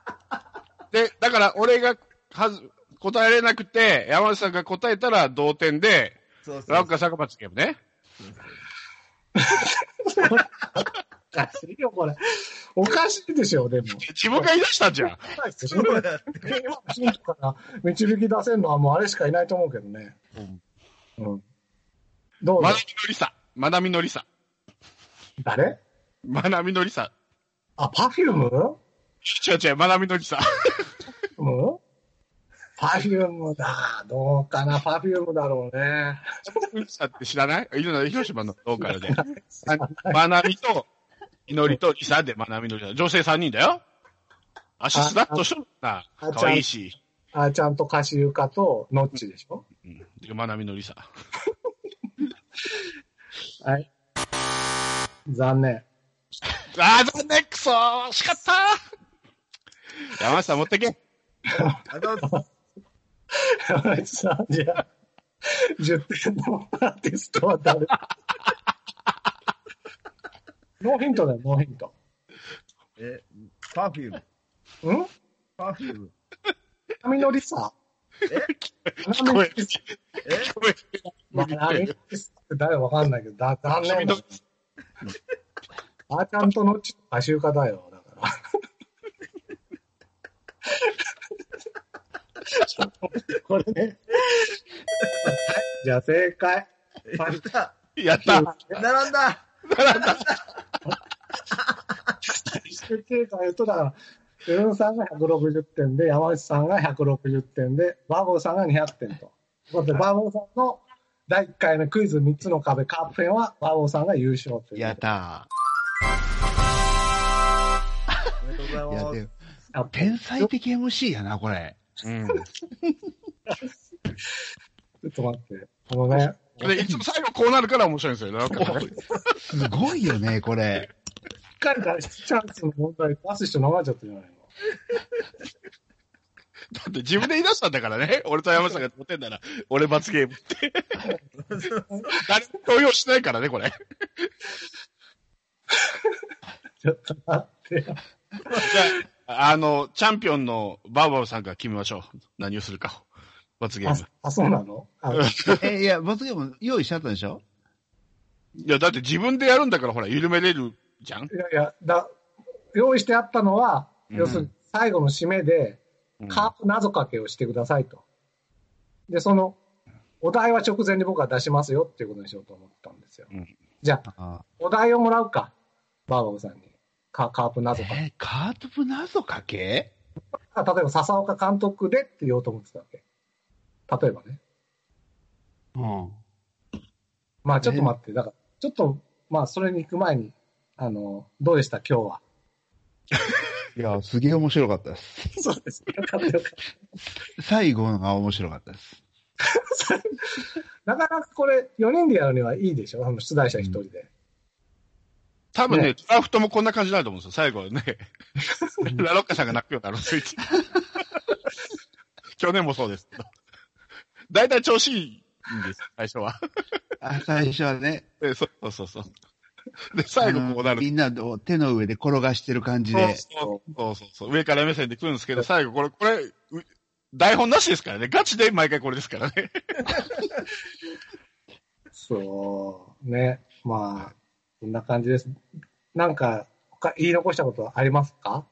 で、だから俺がはず答えれなくて、山内さんが答えたら同点で、
そうそう
ラ ウカ坂松ゲームね。
おかしいよ、これ。おかしいでしょ、でも。
自分が言い出したんじゃん。
今のヒントから導き出せるのはもうあれしかいないと思うけどね。うん。どう
ま
だ
なみのりさ。まなみのりさ。
誰
まなみのりさ。
あ、パフューム
違う違う、まなみのりさ。
うんパフュームだ。どうかな、パフュームだろうね。
うんさって知らないいるの広島のローカルで。あまなみと、いのりとりさでまなみのりさ。女性3人だよ。足スラッとしとるな。
あ
可愛いし。
あーちゃんとカシウカとノッチでしょ
うん。でまなみのりさ。
はい。残念。
あー、残念くそー惜しかったー山内さん持ってけ。
あの、
山内さん、じゃあ、10点のアーティストは誰ノーヒントだよ、ノーヒント。
え、パフューム。
ん
パフューム。
波のりさ
聞こえる。
え
聞こえる。
まあ、波のりさって誰わかんないけど、だ残念だ。あーちゃんとのっちと足床だよ、だから。ちょっと待ってこれね。はいじゃあ正解。
やった
やった。
並んだ
最終経過言うと、だから、ゼロンさんが160点で、山内さんが160点で、バーボーさんが200点と。ということで、バーボーさんの第1回のクイズ3つの壁カープ編は、バーボーさんが優勝と
じ。
いう。
やった
おめでとう
ー。
ござい
や
ます
で。も天才的 MC やな、これ。
うん。
ちょっと待って。あのね、
で、いつも最後こうなるから面白いんですよ。なんかね
すごいよね、これ。
しっかり出しチャンスの問題出す人飲まれちゃったじゃないの。
だって自分で言い出したんだからね。俺と山内さんが持ってんなら、俺罰ゲー ムって。誰も投票しないからね、これ。
ちょっと待って。
じゃあ、あの、チャンピオンのバーバーさんが決めましょう。何をするかを。罰ゲ
あ
ーム。
あ、そうなのあ
え、いや、罰ゲーム用意しちゃったでしょ
いや、だって自分でやるんだから、ほら、緩めれるじゃん。
いやいや、だ、用意してあったのは、
うん
要するに最後の締めで、
うん
カープ謎かけをしてくださいと。で、その、お題は直前に僕は出しますよっていうことにしようと思ったんですよ。
うん
じゃあ、
あ
お題をもらうか。バーバブさんに。カカープ謎かけ。
え、カープ謎かけ
例えば、笹岡監督でって言おうと思ってたわけ。例えばね。
うん。
まあ、ちょっと待って。だから、ちょっと、まあ、それに行く前に、あの、どうでした今日は。
いや、すげえ面白かったです。
そうです。よかったよかった。
最後が面白かったです。
なかなかこれ、4人でやるにはいいでしょあの出題者1人で。
多分ね、
ね
ドラフトもこんな感じになると思うんですよ、最後はね。ラロッカさんが泣くようになるんですよ、一応去年もそうですけど。大体調子いいんです、最初 は。
あ最初はね、
でそうそうそうそう。で、最後こうな
あのみ
る。
んなを手の上で転がしてる感じで、
そうそうそうそう。上から目線で来るんですけど、最後これ、これ、う台本なしですからね。ガチで毎回これですからね。
そう。ね。まあ、こんな感じです。なんか、他言い残したことはありますか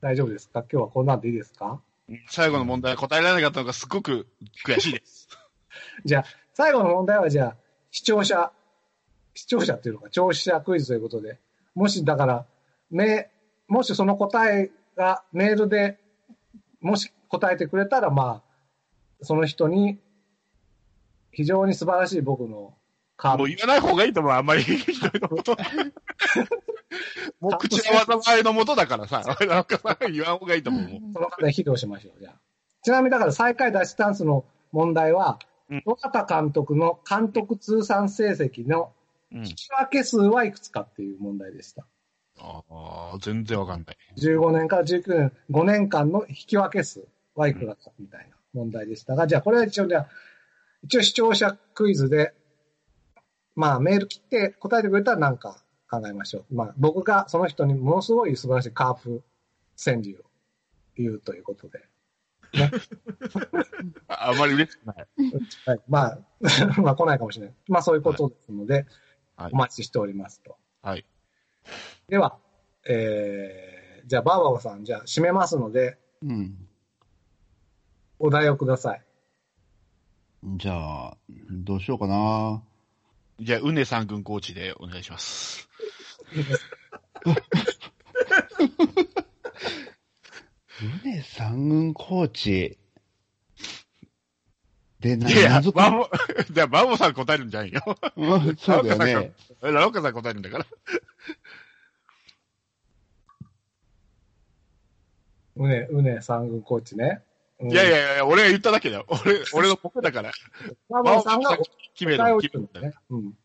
大丈夫ですか今日はこんなんでいいですか
最後の問題答えられなかったのがすごく悔しいです。
じゃあ、最後の問題はじゃあ、視聴者、視聴者っていうのか、聴取者クイズということで、もしだから、め、もしその答えがメールで、もし答えてくれたら、まあ、その人に、非常に素晴らしい僕のカー
もう
ド
言わない方がいいと思う、あんまり。ひどいこと。もう口の災いのもとだからさ、なんかさ言わん方がいいと思う。
その方に披露しましょう、じゃあ。ちなみにだから最下位脱出ダンスの問題は
うん、
尾形監督の監督通算成績の
うん
引き分け数はいくつかっていう問題でした。
ああ、全然わかんない。
15年から19年、5年間の引き分け数はいくらかみたいな問題でしたが、じゃあこれは一応じゃあ、一応視聴者クイズで、まあメール切って答えてくれたらなんか考えましょう。まあ僕がその人にものすごい素晴らしいカープ川柳を言うということで。
ああんまり嬉しくない。
はい、まあ、 まあ来ないかもしれない。まあそういうことですので、
はい
お待ちしておりますと。
はい。
では、えー、じゃあバーバオさん、じゃあ締めますので、
うん。
お題をください。
じゃあ、どうしようかな。
じゃあ、うねさん軍コーチでお願いします。
うね三軍コーチ。で、ない
や、
謎
バ
か。
ボ、 じゃあ、バボさん答えるんじゃんよ。
うん そうだよ
ラオカさん
ね。
がラオカさん答えるんだから。
うね、うね三軍コーチね。うん
いやいやいや、俺が言っただけだよ。俺、俺の僕だから。
バーバオさんが
バーバオ決め
お題
ろ、
を
決
言
め
うんだ
ろ。
ね。うん。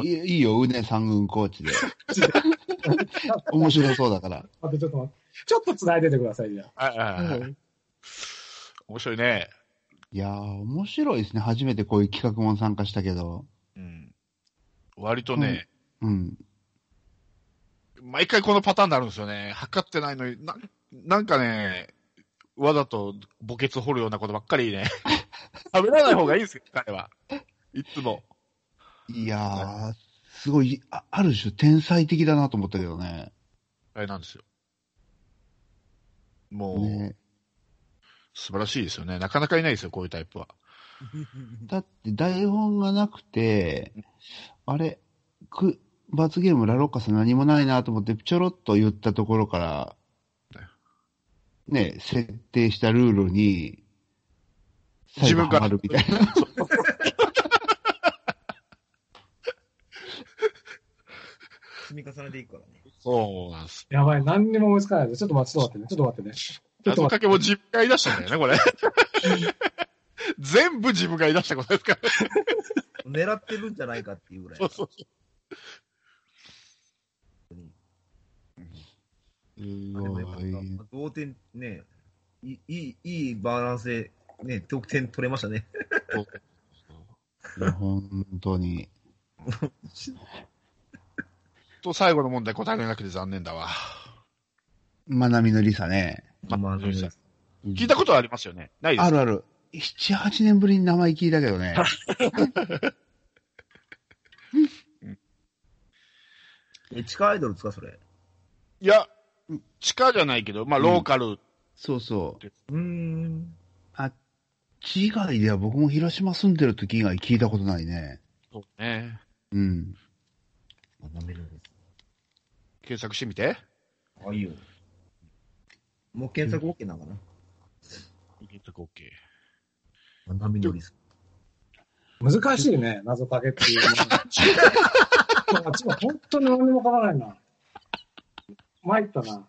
あいいいいよ、うね三軍コーチで。 面白そうだから。
あとちょっと待って。ちょっと繋いでてください、じゃあ。
はいはいはい面白いね。
いやー、面白いですね。初めてこういう企画も参加したけど。
うん。割とね、
うん。
毎回このパターンになるんですよね。測ってないのに、ななんかね、わざと墓穴掘るようなことばっか りね。喋らない方がいいですよ、彼は。いつも。
いやー、すごい、あある種天才的だなと思ったけどね。
あれなんですよ。もう、
ね
素晴らしいですよね。なかなかいないですよ、こういうタイプは。
だって台本がなくて、あれ、く、罰ゲームラロッカさん何もないなと思って、ちょろっと言ったところから、ね、設定したルールに、
自分から
最後ハマるみたいな。
積み重ねていくからね。
そうなんです。
やばい、何にも思いつかないです。ちょっと待って、ちょっと待ってね。ちょっと待ってね。ちょっと
謎
待
か
っ
けも自分が言い出したんだよね、こ れ。全部自分が言い出したことですから。
狙ってるんじゃないかっていうぐらい。
そうそう
す
まあでも
ご
やっぱ
い。
同点ね、いいいい、いいバランスで、ね、得点取れましたね。
いや本当に。
と、最後の問題答えられなくて残念だわ。
まなみのりさね。
ま
まあ、
どうした聞いたことありますよね。ないです
あるある。七、八年ぶりに名前聞いたけどね。
え地下アイドルですか、それ。
いや、地下じゃないけど、まあ、ローカル。
そうそう。
うーん。
地以外では僕も広島住んでる時以外聞いたことないね。
そうね。
うん。
検索してみて。
あ、いいよ。もう検索 OK なのかな。
検索 OK。
まなみのりさん。
て。難しいね、謎かけっていうの。あっちは本当に何にも書かないな。参ったな。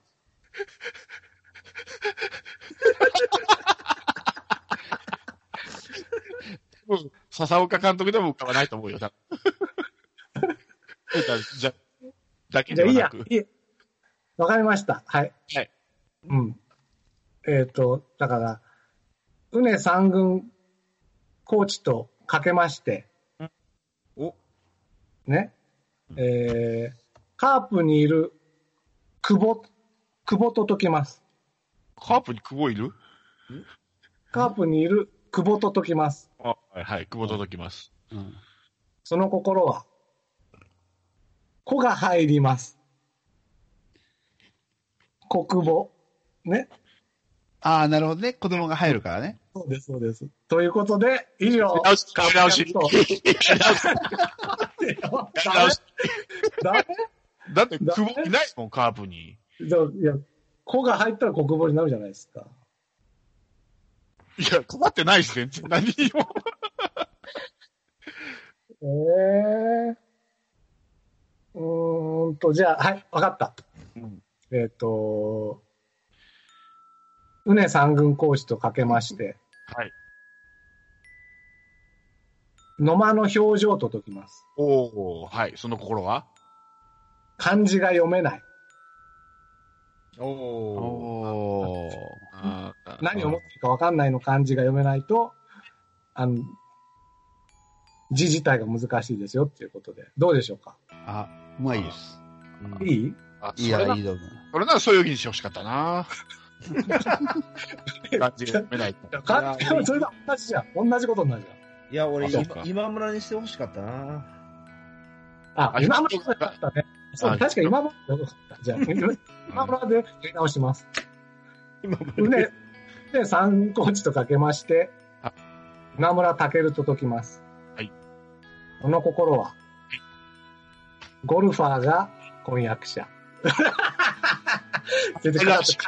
うん笹岡監督でも浮かばないと思うよ、だだ じゃ、だけ
じ
で
ゃあい
はいな
や
く。。
いいわかりました。はい。
はい。
うん。えっ、と、だから、うね三軍コーチとかけまして、
お、
ね、えー、カープにいる久保、久保と解きます。
カープに久保いる
カープにいる久保と解きます。
あはい、はい、久保届きます。
うん
その心は、子が入ります。国語。ね。
ああ、なるほどね。子供が入るからね。
そうです、そうです。ということで、以上。
直し
カップ
直し
焼きと
直し
ダメ
だって、久保いないもん、カープに。
じゃあいや、子が入ったら国語になるじゃないですか。
いや、困ってないし、全然。何にも。
ええうーんと、じゃあ、はい、わかった。えっ、と、うね三軍講師とかけまして、
はい。
野間の表情と解きます。
おおはい。その心は
漢字が読めない。
おー。
おー。
何を思ってるかわかんないの漢字が読めないと、あの、字自体が難しいですよっていうことで。どうでしょうか
あ、うまいです。
いい
あ
い
それ
や、
ない
いと思う。
それならそういうふうにしてほしかったな。感じ読めない。
漢字、 それと同じじゃん。同じことになるじゃん。
いや、俺
あそうか
今、今村にしてほしかったな。
あ、
あ
今村良かったね。そう、
あ
確か今村良かった。じゃあ、今村でやり直します。
今
うね、で、三コーチとかけまして
あ、
今村健と解きます。
はい。
この心は、ゴルファーが婚約 者。出てこなかった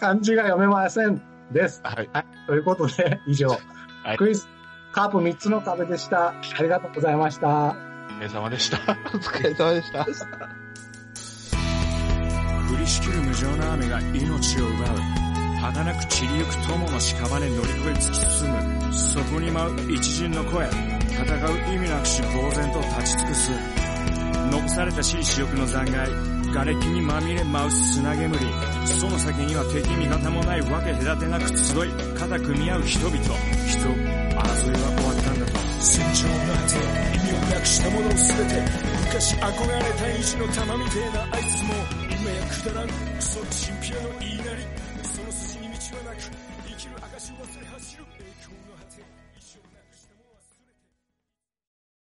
漢字が読めません。です。
はい。
ということで、以上、
はい
クイズ、カープ3つの壁でした。ありがとうございました。
お疲れ様でした。
お疲れ様でし
降
た。
りしきる無情な雨が命を奪う儚く散りゆく友の屍乗り越え突き進むそこに舞う一陣の声戦う意味なくし呆然と立ち尽くす残された死に死翼の残骸瓦礫にまみれ舞う砂煙その先には敵味方もないわけ隔てなく集い肩組み合う人々人争いは終わったんだと戦場の果て意味をなくしたもの全て昔憧れた意地の玉みてえなあいつも今やくだらんクソチンピラの言いなりその筋に道はなく生きる証を忘れ走る栄光の果て一生なく